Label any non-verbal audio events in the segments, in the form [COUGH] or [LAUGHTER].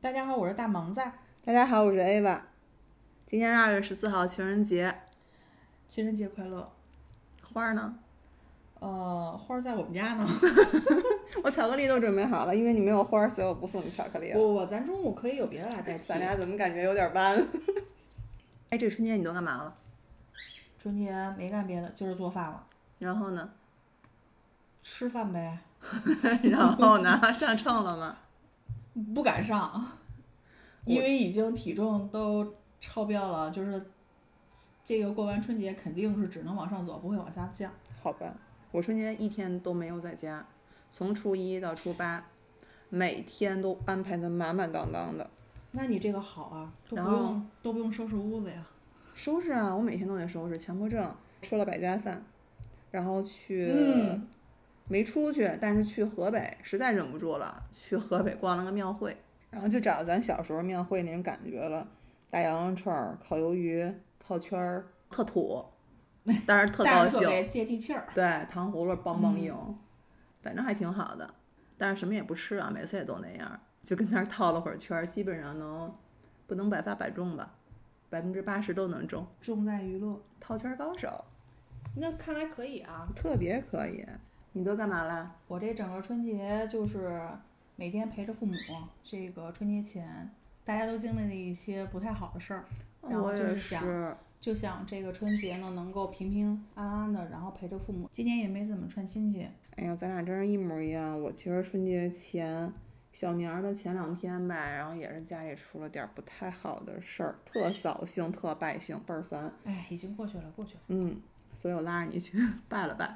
大家好，我是大萌子。大家好，我是 Ava。今天是二月十四号，情人节，情人节快乐！花儿呢？呃，花儿在我们家呢。我巧克力都准备好了，因为你没有花儿，所以我不送你巧克力了。哎我我咱中午可以有别的来代替。咱俩怎么感觉有点弯？ [LAUGHS] 哎，这春节你都干嘛了？春节没干别的，就是做饭了，然后呢？ [LAUGHS] 吃饭呗，然后呢？上秤了吗？不敢上，因为已经体重都超标了，就是这个过完春节肯定是只能往上走，不会往下降。 [LAUGHS] 好吧，我春节一天都没有在家，从初一到初八，每天都安排的满满当当的。那你这个好啊，都不然后用都不用收拾屋子呀。收拾啊，我每天都得收拾，强迫症，吃了百家饭，然后去、嗯，没出去，但是去河北实在忍不住了，去河北逛了个庙会，然后就找咱小时候庙会那种感觉了，大羊肉串儿、烤鱿鱼、套圈儿，特土，但是特但高是特兴。别嗯接地气儿。对，糖葫芦梆梆硬，反正还挺好的，但是什么也不吃啊，每次也都那样儿，就跟那儿套了会儿圈儿，基本上能不能百发百中吧，百分之八十都能中，重在娱乐，套圈儿高手，那看来可以啊。特别可以。你都干嘛啦？我这整个春节就是每天陪着父母。这个春节前，大家都经历了一些不太好的事儿，然后我就是也想是，就想这个春节呢能够平平安安的，然后陪着父母。今年也没怎么串亲戚，哎呀，咱俩真是一模一样。我其实春节前小年儿的前两天吧，然后也是家里出了点儿不太好的事儿，特扫兴，特败兴，倍儿烦。哎，已经过去了，过去了。嗯，所以我拉着你去 [LAUGHS] 拜了拜，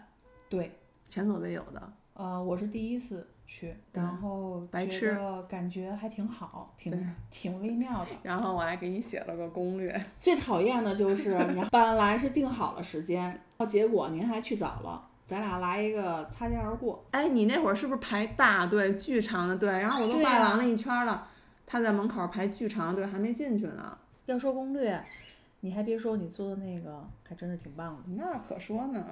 对，前所未有的。呃，我是第一次去，然后白觉吃得感觉还挺好，对挺挺微妙 [LAUGHS] 的。然后我还给你写了个攻略，最讨厌的就是你本来是定好了时间，然后结果您还去早了，咱俩来一个擦肩而过。哎，你那会儿是不是排大队，巨长的队？然后我都对拜啊完了一圈儿了，他在门口排巨长的队，还没进去呢。要说攻略，你还别说，你做的那个还真是挺棒的。哦那可说呢，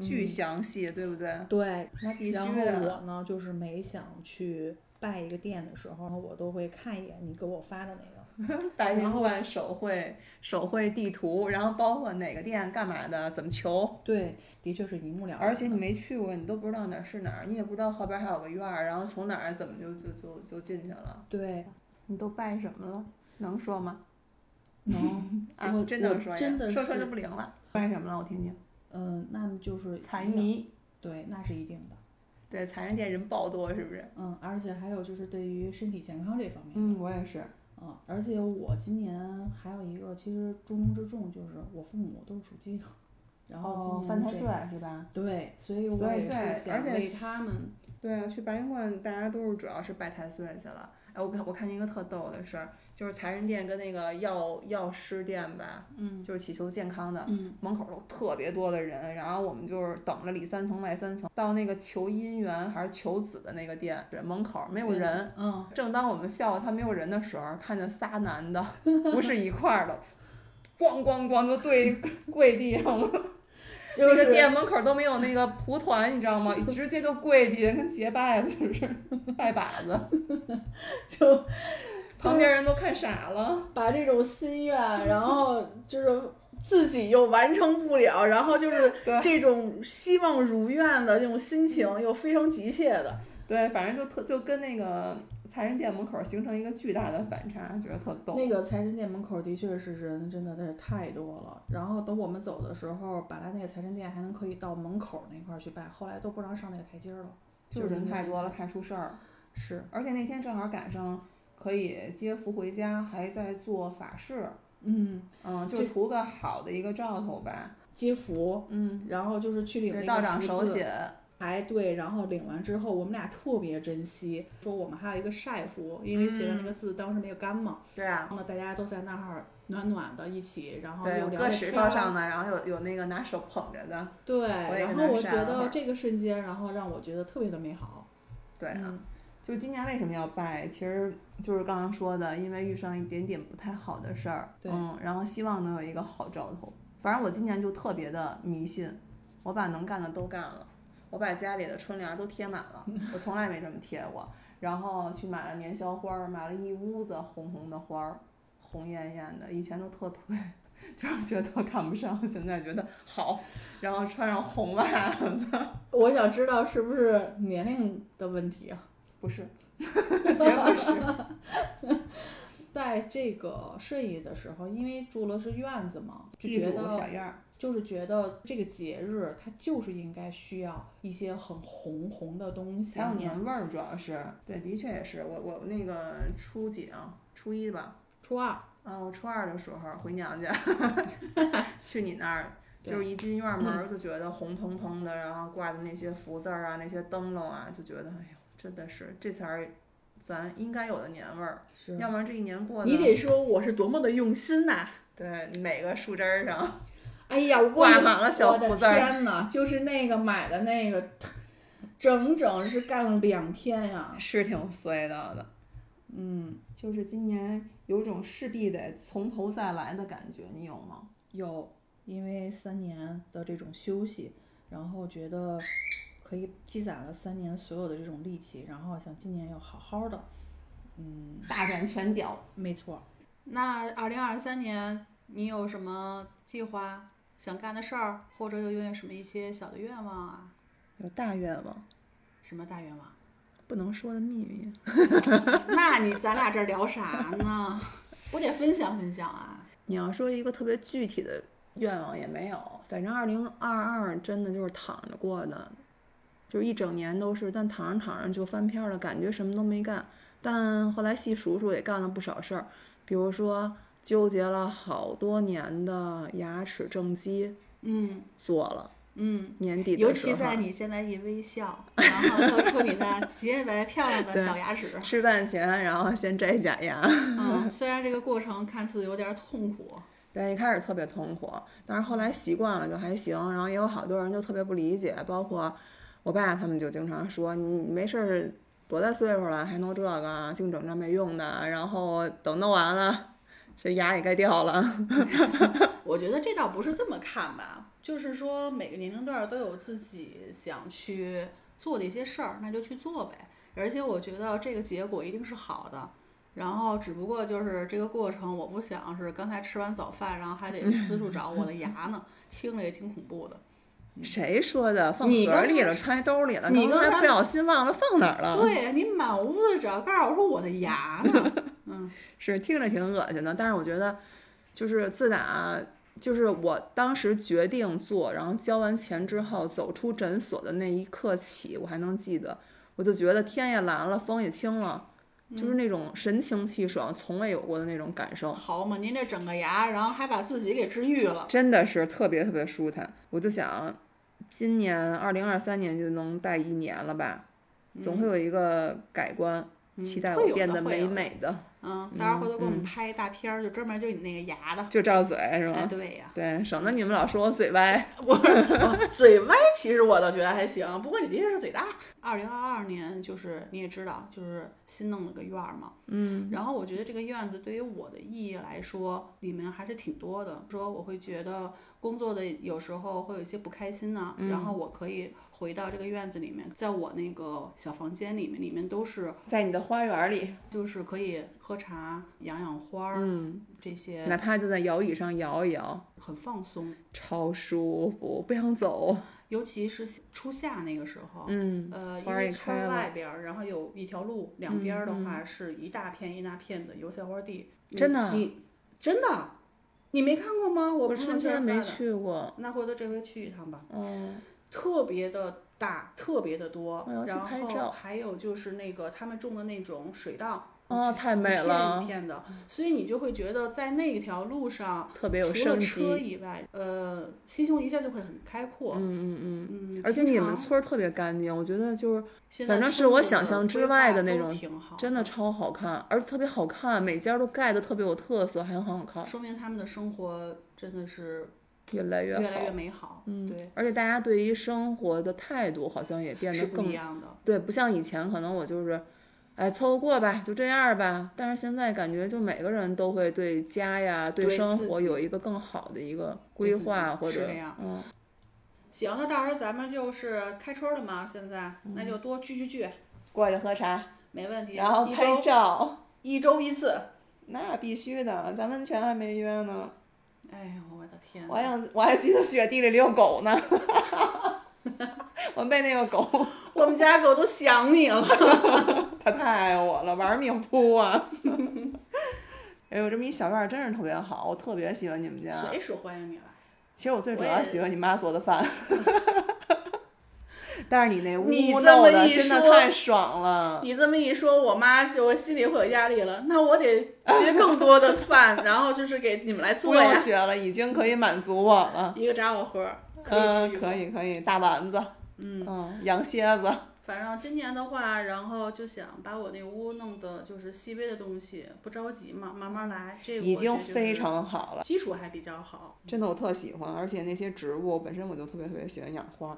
巨详细，对不对？对，嗯那必须然后的。我呢，就是每想去拜一个店的时候，我都会看一眼你给我发的那个。白云观手绘手绘地图，然后包括哪个店干嘛的，怎么求。对，的确是一目了然。而且你没去过，你都不知道哪儿是哪儿，你也不知道后边还有个院儿，然后从哪儿怎么就就就就进去了。对，你都拜什么了？能说 [LAUGHS] 吗？能，啊，嗯我真能我说呀，真的说说是就不灵了。拜什么了？我听听。嗯，那么就是财一定，迷，对，那是一定的。对，财神殿人爆多，是不是？嗯，而且还有就是对于身体健康这方面，嗯，我也是。嗯，而且我今年还有一个，其实重中之重就是我父母都是属鸡的，然后今年、哦犯太岁是吧？对，所以我所以也对是想而且为他们，对啊，去白云观大家都是主要是拜太岁去了。哎，我看我看见一个特逗的事儿，就是财神殿跟那个药药师殿吧，嗯就是祈求健康的，嗯，门口都特别多的人，然后我们就是等着里三层外三层，到那个求姻缘还是求子的那个店，人门口没有人。 [LAUGHS] 嗯，正当我们笑他没有人的时候，看见仨男的 [LAUGHS] 不是一块儿的，咣咣咣就对 [LAUGHS] 跪地上了。 [LAUGHS] 就那个是店门口都没有那个蒲团，你知道吗？直接就跪地，跟结拜子似的，拜把子。 [LAUGHS] 就旁边人都看傻了。把这种心愿，然后就是自己又完成不了，然后就是 [LAUGHS] 对这种希望如愿的这种心情又非常急切的，对，反正就特就跟那个财神殿门口形成一个巨大的反差，觉得特逗。那个财神殿门口的确是人真的是太多了，然后等我们走的时候，本来那个财神殿还能可以到门口那块儿去拜，后来都不让上那个台阶儿了，就是人太多了，。怕出事儿。是，而且那天正好赶上可以接福回家，还在做法事，嗯，嗯，就是图个好的一个兆头吧。接福，嗯，然后就是去领给那道个长福手字写，排队，然后领完之后，我们俩特别珍惜，说我们还有一个晒服，因为写的那嗯个字当时没有干嘛，对啊。然后呢大家都在那儿暖暖的一起，然后对，又有聊搁着石天头儿上的，然后有有那个拿手捧着的，对，我也然跟后他我晒觉了会得儿这个瞬间，然后让我觉得特别的美好。对啊， [LAUGHS] 嗯就今年为什么要拜，其实就是刚刚说的，因为遇上一点点不太好的事儿，对嗯，然后希望能有一个好兆头。反正我今年就特别的迷信， [LAUGHS] 我把能干的都干了，我把家里的春联儿都贴满了，我从来没这么贴过。然后去买了年宵花儿，买了一屋子红红的花儿，红艳艳的，以前都特颓，就是觉得看不上，现在觉得好，然后穿上红袜 [LAUGHS] 子，我想知道是不是年龄的问题啊？不是， [LAUGHS] 绝不是，在这个顺义的时候，因为住了是院子嘛，就地觉主得小院儿，就是觉得这个节日它就是应该需要一些很红红的东西，才有年味儿，主要是对，的确也是，我我那个初几啊，初一吧，初二啊，我初二的时候回娘家， [LAUGHS] 去你那儿，对就是一进 [CLEARS THROAT] 院门儿就觉得红彤彤的，然后挂的那些福字儿啊，那些灯笼啊，就觉得哎呦，真的是这才是咱应该有的年味儿，是要不然这一年过的，你得说我是多么的用心呐、对每个树枝儿上哎呀，我挂的满了小我的福字儿，天呐，就是那个买的那个，整整是干了两天呀、 [LAUGHS] 是挺衰的的。嗯，啊就是今年有种势必得从头再来的感觉，你有吗？有，因为三年的这种休息，然后觉得可以积攒了三年所有的这种力气，然后想今年要好好的。嗯，大展拳脚，没错。那二零二三年你有什么计划、想干的事儿，或者有有什么一些小的愿望啊？有大愿望，什么大愿望？不能说的秘密。 [LAUGHS] 那你咱俩这儿聊啥呢？不得分享分享啊！你要说一个特别具体的愿望也没有，反正二零二二真的就是躺着过的，就是一整年都是，但躺着躺着就翻篇儿了，感觉什么都没干。但后来细数数也干了不少事儿，比如说纠结了好多年的牙齿正畸嗯做了，嗯，年底尤的时其候，在你现在一微笑，然后露出你那洁白漂亮的小牙齿 [LAUGHS] 吃饭前，然后先摘假牙。嗯，虽然这个过程看似有点痛苦，对，一开始特别痛苦，但是后来习惯了就还行。然后也有好多人就特别不理解，包括我爸他们就经常说：“你你没事儿多大岁数了还弄这个，净整这没用的。”然后等弄完了，这牙也该掉了。 [LAUGHS] 我觉得这倒不是这么看吧，就是说每个年龄段儿都有自己想去做的一些事儿，那就去做呗。而且我觉得这个结果一定是好的，然后只不过就是这个过程，我不想是刚才吃完早饭，然后还得四处找我的牙呢， [LAUGHS] 听着也挺恐怖的。谁说的？放你盒刚里才了，揣兜里了，你刚刚才才不小心忘了放哪儿了。对你满屋子找告诉我说我的牙呢，嗯是听着挺恶心的，但是我觉得，就是自打就是我当时决定做，然后交完钱之后走出诊所的那一刻起，我还能记得，我就觉得天也蓝了，风也清了，嗯就是那种神清气爽，从未有过的那种感受，好嘛，您这整个牙，然后还把自己给治愈了，真的是特别特别舒坦。我就想，今年二零二三年就能带一年了吧，总会有一个改观，嗯期待会我有变的得会有美的美的，嗯，到时候回头给我们拍一大片儿，就专门就你那个牙的，就照嘴是哎，吗？对呀。对，省得你们老说我嘴歪。 [LAUGHS] 嘴歪，其实我倒觉得还行，不过你的确是嘴大。二零二二年就是你也知道，就是新弄了个院儿嘛，嗯，然后我觉得这个院子对于我的意义来说，里面还是挺多的。说我会觉得工作的有时候会有一些不开心呢、然后我可以回到这个院子里面，在我那个小房间里面，里面都是在你的花园里，就是可以喝茶、养养花儿、嗯，这些，哪怕就在摇椅上摇一摇，很放松。超舒服，不想走。尤其是初夏那个时候，嗯，呃，因花儿为也村开儿了嗯外边儿，然后有一条路，两边儿的话是一大片一大片的油菜花地。你真的啊你真的，你没看过吗？我我朋友春圈天发没的。去过，那回头这回去一趟吧，嗯，特别的大，特别的多我要，去然拍后照还有就是那个他们种的那种水稻，哦，太美一片一了，片的，所以你就会觉得在那条路上，特别有除了生车机。以外，呃，心胸一下就会很开阔。嗯嗯嗯嗯，，而且平你们常村儿特别干净，我觉得就是现在反正是村我子想的象之规外划的那都种挺好，真的超好看，而且特别好看，每家都盖的特别有特色，还很好看，说明他们的生活真的是越来越越来越好。美好。对，嗯，而且大家对于生活的态度好像也变是得不更一样的。对，不像以前可能我就是，哎，凑合过吧，就这样儿吧。但是现在感觉就每个人都会对家呀、对对生自活己有一个更好的一个对规自己划，或是者这样嗯，行，那到时候咱们就是开春了嘛，现在那就多聚聚聚，过去喝茶，没问题。嗯然后一拍周照，一周一次。那必须的，咱温泉还没约呢。哎呦，我的天我哪！还想，我还记得雪地里遛狗呢， [LAUGHS] 我被那个狗，我们家狗都想你了。它太爱我了，玩命扑啊！ [LAUGHS] 哎呦，这么一小院儿真是特别好，我特别喜欢你们家。随时欢迎你来。其实我最主我要也喜欢你妈做 [LAUGHS] 的饭，但是你那屋你弄这么的一真的说太爽了。你这么一说，我妈就我心里会有压力了。那我得学更多的 [LAUGHS] 饭，然后就是给你们来不做用呀。学了，已经可以满足我了。一个炸火盒 [LAUGHS] 可以嗯，治愈可以可以，大丸子，嗯羊蝎子，反正今年的话，然后就想把我那屋弄的，就是细微的东西不着急嘛，慢慢来。这个已我觉经得就是嗯非常好了。基础还比较好，真的，我特喜欢，而且那些植物本身我就特别特别喜欢养花，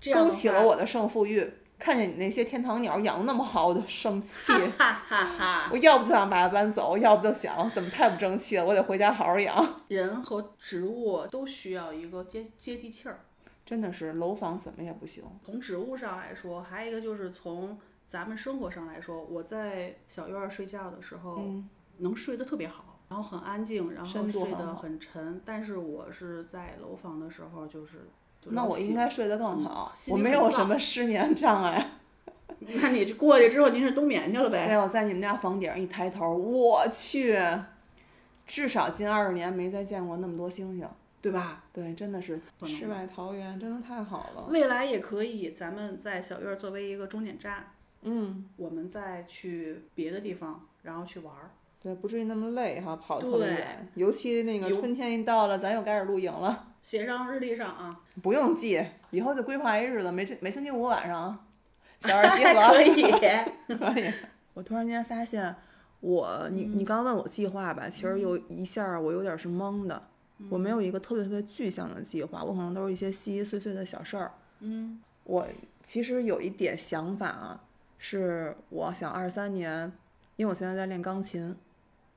这样勾的起话，了我的胜负欲。看见你那些天堂鸟养的那么好，我就生气哈哈哈！我要不就想把它搬走，要不就想怎么太不争气了，我得回家好好养。人和植物都需要一个接接地气儿。真的是楼房怎么也不行。从植物上来说，还有一个就是从咱们生活上来说，我在小院儿睡觉的时候，能睡得特别好，然后很安静，然后嗯深度睡很得好很沉。但是我是在楼房的时候，就是就那老我应醒该睡得更好，心我里没很有燥什么失眠障碍。 [LAUGHS] 那你这过去之后，您是冬眠去了呗？哎呦，在你们家房顶上一抬头，我去，至少近二十年没再见过那么多星星。对吧？对，真的是可能世外桃源，真的太好了。未来也可以，咱们在小院儿作为一个终点站，嗯，我们再去别的地方，然后去玩儿。对，不至于那么累哈，跑得特别对远。尤其那个尤春天一到了，咱又开始露营了，写上日历上啊，不用记，以后就规划一日子，每这每星期五晚上，啊小二 [LAUGHS] 集可合。以。 [LAUGHS] 可以。嗯我突然间发现，我你你刚问我计划吧，其实有一下儿我有点儿是懵的，我没有一个特别特别具象的计划，我可能都是一些稀稀碎碎的小事儿。嗯，我其实有一点想法啊，是我想二三年，因为我现在在练钢琴，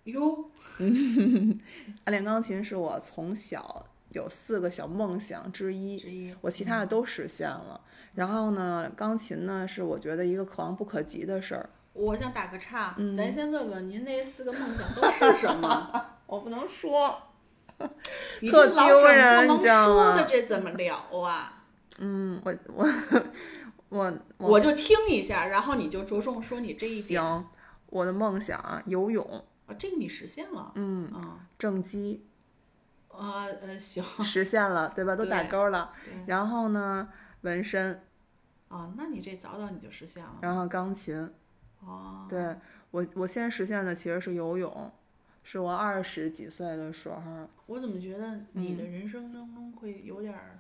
哟，啊练钢琴是我从小有四个小梦想之一，之一我其他的都实现了。然后呢，钢琴呢是我觉得一个可望不可及的事儿，我想打个岔，嗯咱先问问您那四个梦想都 [LAUGHS] 是什么？我哦不能说。你特这老丢整人不你能知道说吗的，这怎么聊啊？嗯，我我我我就听一下，然后你就着重说你这一点。行，我的梦想啊，游泳、啊，这个你实现了。嗯啊，正畸 [LAUGHS] 呃呃，行实现了，对吧？都打对勾了对。然后呢，纹身，啊，那你这早早你就实现了。然后钢琴。哦，对我，我先实现的其实是游泳，是我二十几岁的时候。我怎么觉得你嗯的人生当中会有点儿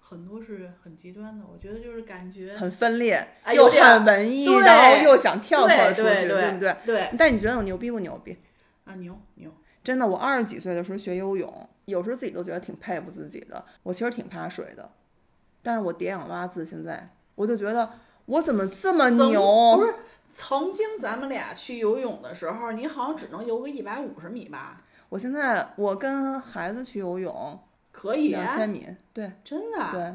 很多是很极端的？我觉得就是感觉很分裂，哎又有点儿很文艺，对然后又想跳脱出对去，对不对？对但你觉得我牛逼不牛逼？啊牛牛，真的，我二十几岁的时候学游泳，有时候自己都觉得挺佩服自己的。我其实挺怕水的，但是我蝶泳蛙字，现在我就觉得我怎么这么曾牛？不是，曾经咱们俩去游泳的时候，你好像只能游个一百五十米吧？我现在我跟孩子去游泳，可以，啊两千米，对真的。啊对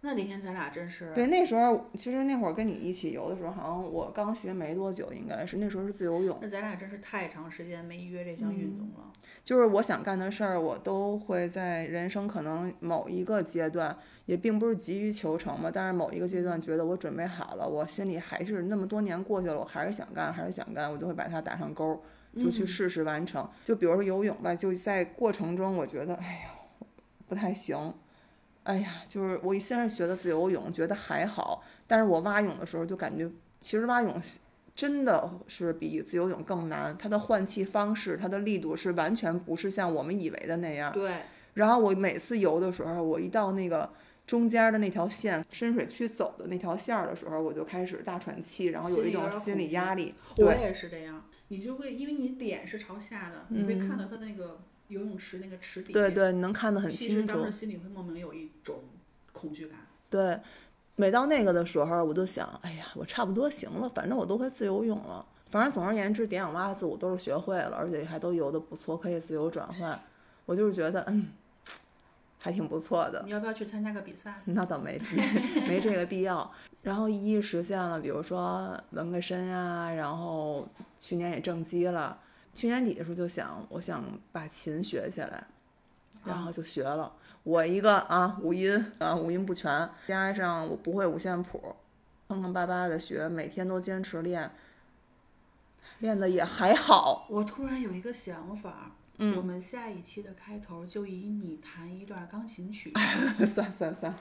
那那天咱俩真是对。那时候其实那会儿跟你一起游的时候，好像我刚学没多久，应该是那时候是自由泳，那咱俩真是太长时间没约这项运动了。就是我想干的事儿，我都会在人生可能某一个阶段，也并不是急于求成嘛，但是某一个阶段觉得我准备好了，我心里还是那么多年过去了，我还是想干，还是想干，我就会把它打上勾儿，就去试试完成。就比如说游泳吧，就在过程中，我觉得哎呀不太行，哎呀，就是我先是学的自由泳，觉得还好，但是我蛙泳的时候就感觉，其实蛙泳真的是比自由泳更难，它的换气方式、它的力度是完全不是像我们以为的那样。对，然后我每次游的时候，我一到那个中间的那条线深水区走的那条线儿的时候，我就开始大喘气，然后有一种心理压力。我对，也是这样。你就会因为你脸是朝下的，你会看到它那个游泳池那个池底。嗯对对，你能看得很其实清楚当。时心里会莫名有一种恐惧感。对，每到那个的时候，我就想，哎呀，我差不多行了，反正我都会自由泳了。反正总而言之，蝶泳蛙字我都是学会了，而且还都游得不错，可以自由转换。我就是觉得，嗯，还挺不错的。你要不要去参加个比赛？那倒没没这个必要。然后一一实现了，比如说纹个身啊，然后去年也正畸了。去年底的时候就想，我想把琴学起来，然后就学了。我一个啊五音啊五音不全，加上我不会五线谱，坑坑巴巴的学，每天都坚持练，练的也还好。我突然有一个想法，嗯、我们下一期的开头就以你弹一段钢琴曲。 [LAUGHS] 算算算，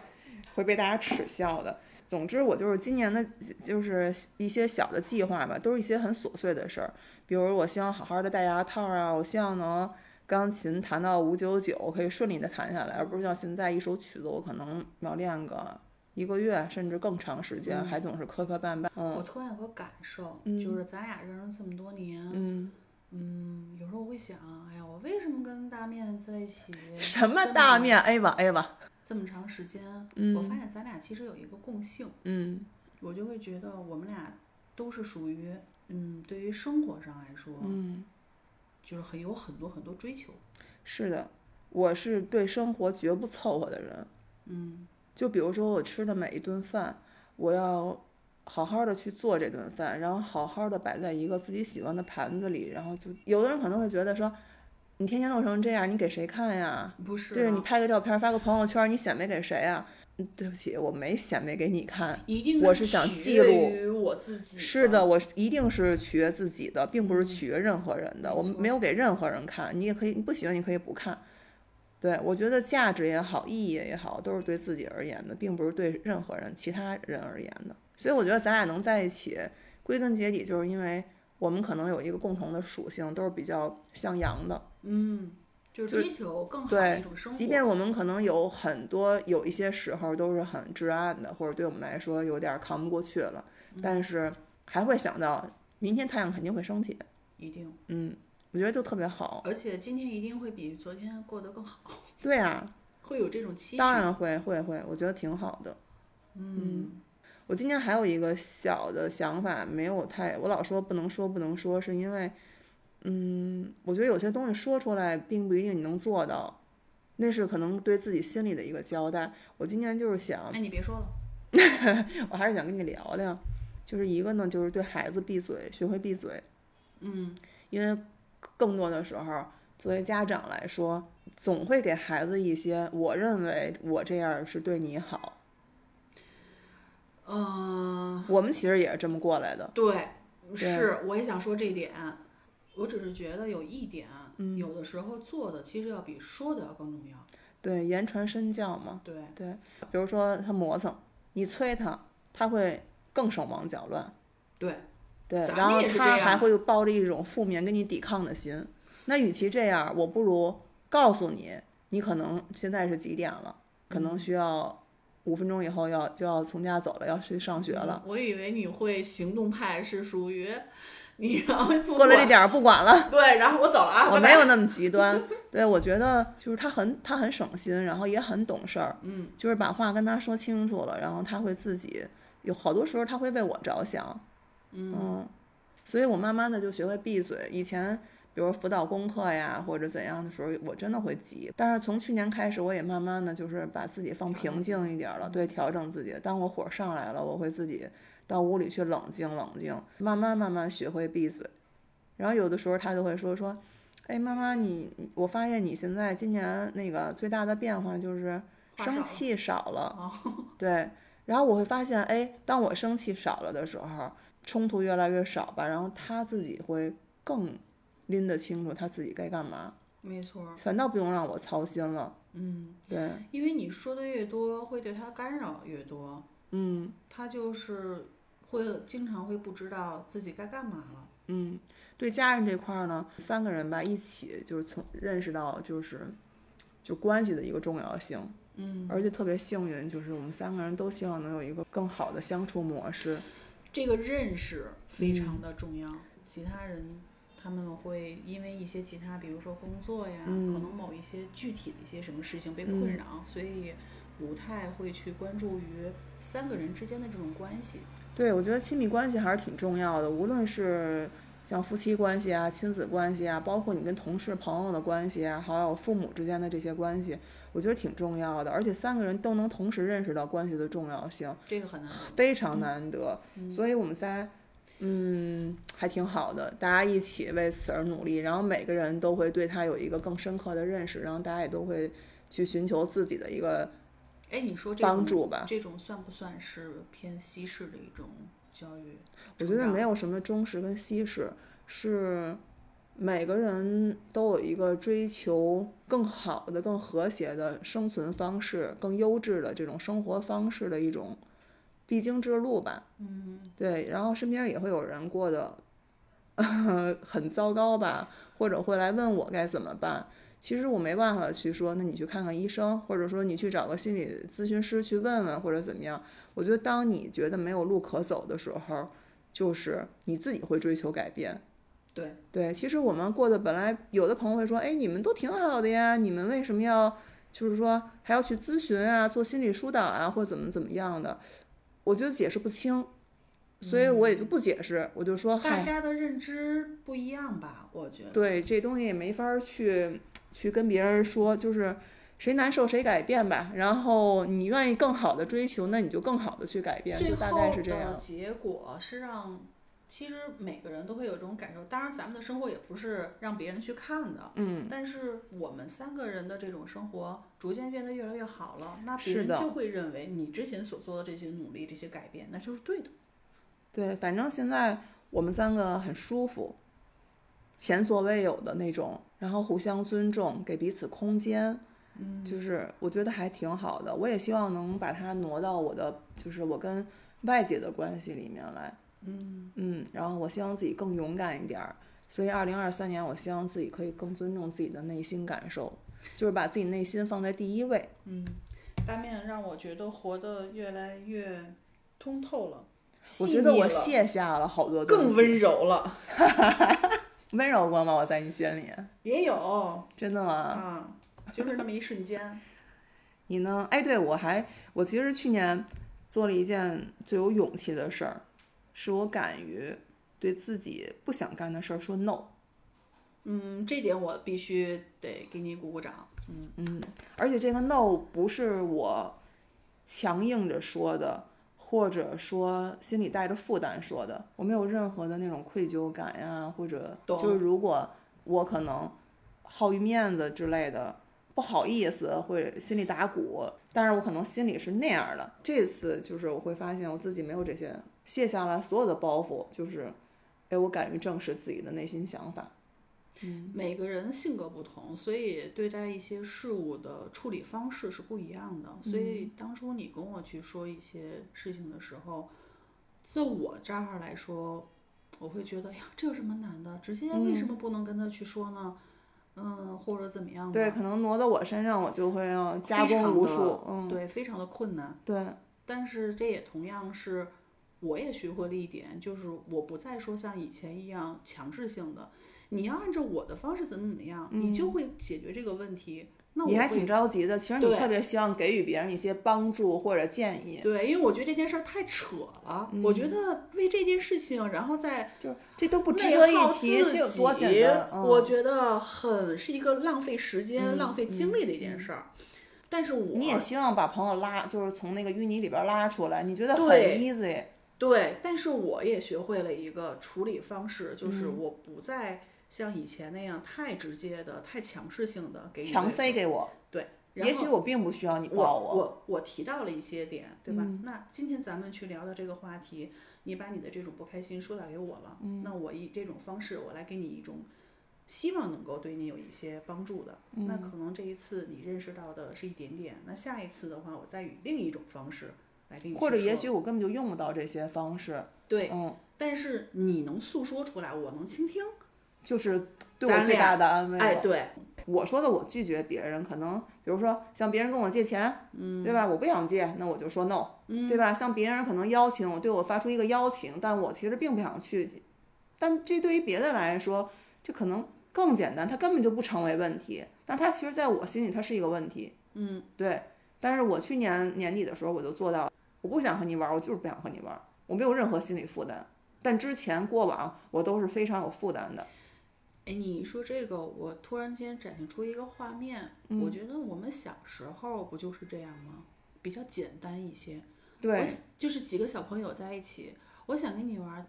会被大家耻笑的。总之，我就是今年的，就是一些小的计划吧，都是一些很琐碎的事儿。比如，我希望好好的戴牙套啊，我希望能钢琴弹到五九九，可以顺利的弹下来，而不是像现在一首曲子，我可能要练个一个月甚至更长时间，还总是磕磕绊绊。我嗯突然有个感受，嗯就是咱俩认识这么多年，嗯，嗯，有时候我会想，哎呀，我为什么跟大面在一起？ [LAUGHS] 什么大？面哎 A 吧 A 吧，这么长时间，嗯我发现咱俩其实有一个共性，嗯我就会觉得我们俩都是属于，嗯，对于生活上来说，嗯，就是很有很多很多追求。是的，我是对生活绝不凑合的人。嗯，就比如说我吃的每一顿饭，我要好好的去做这顿饭，然后好好的摆在一个自己喜欢的盘子里，然后就有的人可能会觉得说，你天天弄成这样，你给谁看呀？不是啊对你的，拍个照片发个朋友圈，你显摆给谁呀？嗯对不起，我没显摆给你看。一定我是是想取记悦录于我自己。嗯是的，，我一定是取悦自己的，并不是取悦任何人的。没我错没有给任何人看，你也可以，你不喜欢你可以不看。对我觉得价值也好，意义也好，都是对自己而言的，并不是对任何人、其他人而言的。所以我觉得咱俩能在一起，归根结底就是因为我们可能有一个共同的属性，都是比较向阳的。嗯，就是就追求更好对的一种生活。即便我们可能有很多有一些时候都是很至暗的，或者对我们来说有点扛不过去了，嗯但是还会想到明天太阳肯定会升起。一定，嗯，我觉得就特别好。而且今天一定会比昨天过得更好，对啊，会有这种期许。当然会会会，我觉得挺好的。嗯，我今年还有一个小的想法，没有太，我老说不能说不能说，是因为，嗯，我觉得有些东西说出来并不一定你能做到，那是可能对自己心里的一个交代。我今年就是想，哎，你别说了， [LAUGHS] 我还是想跟你聊聊，就是一个呢，就是对孩子闭嘴，学会闭嘴。嗯，因为更多的时候，作为家长来说，总会给孩子一些我认为我这样是对你好。呃，我们其实也是这么过来的。对，是，我也想说这一点。我只是觉得有一点，嗯有的时候做的其实要比说的要更重要。对，言传身教嘛。对，比如说他磨蹭，你催他，他会更手忙脚乱。对，对，咱然们后也是他这样还会抱着一种负面跟你抵抗的心。那与其这样，我不如告诉你，你可能现在是几点了，可嗯能需要五分钟以后要就要从家走了，要去上学了。嗯。我以为你会行动派，是属于你，然后不过了这管点儿不管了。对，然后我走嗯了啊，我拜没拜。有那么极端。对，我觉得就是他很他很省心，然后也很懂事儿，嗯，就是把话跟他说清楚了，然后他会自己有好多时候他会为我着想，嗯所以我慢慢的就学会闭嘴。以前比如辅导功课呀或者怎样的时候，我真的会急，但是从去年开始，我也慢慢的就是把自己放平静一点儿了，对，调整自己。当我火上来了，我会自己到屋里去冷静冷静，慢慢慢慢学会闭嘴。然后有的时候他就会说说，哎，妈妈，你我发现你现在今年那个最大的变化就是话少生了哦气少了， [LAUGHS] [LAUGHS] 对。然后我会发现，哎，当我生气少了的时候，冲突越来越少吧，然后他自己会更拎得清楚他自己该干嘛，没错儿，反倒不用让我操心了。嗯，对，因为你说的越多，会对他干扰越多，嗯他就是会经常会不知道自己该干嘛了。嗯，对家人这块儿呢，三个人吧一起就是从认识到就是就关系的一个重要性。嗯，而且特别幸运，就是我们三个人都希望能有一个更好的相处模式。这个认识嗯非常的重要。其他人他们会因为一些其他，比如说工作呀，嗯可能某一些具体的一些什么事情被困扰，所以不太会去关注于三个人之间的这种关系。对，我觉得亲密关系还是挺重要的，无论是像夫妻关系啊、亲子关系啊，包括你跟同事、朋友的关系啊，还有父母之间的这些关系，我觉得挺重要的。而且三个人都能同时认识到关系的重要性，这个很难。非常难得。所以我们仨，嗯，还挺好的，大家一起为此而努力，然后每个人都会对他有一个更深刻的认识，然后大家也都会去寻求自己的一个哎，你说这帮种助吧。这种算不算是偏西式的一种教育？我觉得成没长有什么中式跟西式，是每个人都有一个追求更好的、更和谐的生存方式、更优质的这种生活方式的一种必经之路吧。嗯，对。然后身边也会有人过得、 [LAUGHS] 很糟糕吧，或者会来问我该怎么办。其实我没办法去说，那你去看看医生，或者说你去找个心理咨询师去问问，或者怎么样。我觉得当你觉得没有路可走的时候，就是你自己会追求改变。对对，其实我们过得本来有的朋友会说，哎，你们都挺好的呀，你们为什么要就是说还要去咨询啊，做心理疏导啊，或怎么怎么样的？我觉得解释不清，所以我也就不解释，我就说，大嗨，家的认知不一样吧？我觉得。对这东西也没法儿去去跟别人说，就是谁难受谁改变吧。然后你愿意更好的追求，那你就更好的去改变，最就后大概是这的样。结果是让，其实每个人都会有这种感受。当然，咱们的生活也不是让别人去看的，嗯，但是我们三个人的这种生活逐渐变得越来越好了，那别是人的就会认为你之前所做的这些努力、这些改变，那就是对的。对，反正现在我们三个很舒服，前所未有的那种，然后互相尊重，给彼此空间，嗯，就是我觉得还挺好的。我也希望能把它挪到我的，就是我跟外界的关系里面来。嗯，嗯，然后我希望自己更勇敢一点儿。所以，二零二三年，我希望自己可以更尊重自己的内心感受，就是把自己内心放在第一位。嗯大面让我觉得活得越来越通透了，细我觉得腻我了卸下了好多东更西温柔了，温柔过吗？我在你心里，也有真的吗？啊，就是那么一瞬间。你呢？哎，对我还我其实去年做了一件最有勇气的事儿，是我敢于对自己不想干的事儿说 no。嗯，这点我必须得给你鼓鼓掌。嗯，而且这个 no 不是我强硬着说的，或者说心里带着负担说的，我没有任何的那种愧疚感呀，或者懂就是如果我可能好于面子之类的。不好意思，会心里打鼓，但是我可能心里是那样的。这次就是我会发现我自己没有这些，卸下来所有的包袱，就是，哎，我敢于正视自己的内心想法。嗯每个人性格不同，所以对待一些事物的处理方式是不一样的。所嗯以当初你跟我去说一些事情的时候，在我这儿来说，我会觉得，哎呀，这有什么难的？直接为什嗯么不能跟他去说呢？嗯，或者怎么样呢？对，可能挪到我身上，我就会要加非常工无的数。嗯，对，非常的困难。对，但是这也同样是我也学会了一点，就是我不再说像以前一样强制性的，你要按照我的方式怎么怎么样，你就会解决这个问题。那我嗯你还会挺着急的。其实你对特别希望给予别人一些帮助或者建议，对，因为我觉得这件事儿太扯了，我觉得为这件事情，然后再就嗯这都不值内得耗一提，自这有多己简单？嗯、我觉得很是一个浪费时间、浪费精力的一嗯件事儿。但是我你也希望把朋友拉，就是从那个淤泥里边拉出来，你觉得很对 easy。对，但是我也学会了一个处理方式，就是嗯我不再像以前那样太直接的、太强势性的给你强对塞给我，对。然也后许我嗯并不需要你我抱我我提到了一些点，对吧？那今天咱们去聊的这个话题，你把你的这种不开心说到给我了，嗯那我以这种方式，我来给你一种希望能够对你有一些帮助的。那嗯可能这一次你认识到的是一点点，那下一次的话，我再以另一种方式来给你去或者也说许我根本就用不到这些方式。对，嗯，但是你能诉说出来，我能倾听。就是对我咱最俩大的安慰了。哎，对，我说的我拒绝别人，可能比如说像别人跟我借钱，嗯，对吧？我不想借，那我就说 no，、嗯、对吧？像别人可能邀请我，对我发出一个邀请，但我其实并不想去，但这对于别的来说，这可能更简单，它根本就不成为问题。那它其实在我心里，它是一个问题，嗯，对。但是我去年年底的时候，我就做到了，我不想和你玩儿，我就是不想和你玩儿，我没有任何心理负担。但之前过往我都是非常有负担的。哎，你说这个，我突然间展现出一个画面，嗯我觉得我们小时候不就是这样吗？比较简单一些，对，我就是几个小朋友在一起，我想跟你玩儿，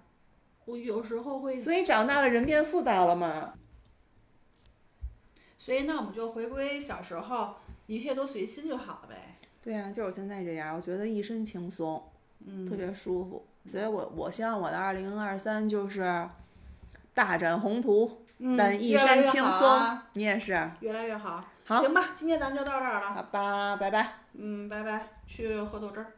我有时候会，所以长大了人变复杂了嘛。所以那我们就回归小时候，一切都随心就好呗。对呀、就是我现在这样，我觉得一身轻松，嗯，特别舒服。所以我我希望我的二零二三就是大展宏图，但嗯嗯一越来身越轻好松。啊你也是，越来越好。好行吧，今天咱们就到这儿了。好吧，拜拜。嗯，拜拜，去喝豆汁儿。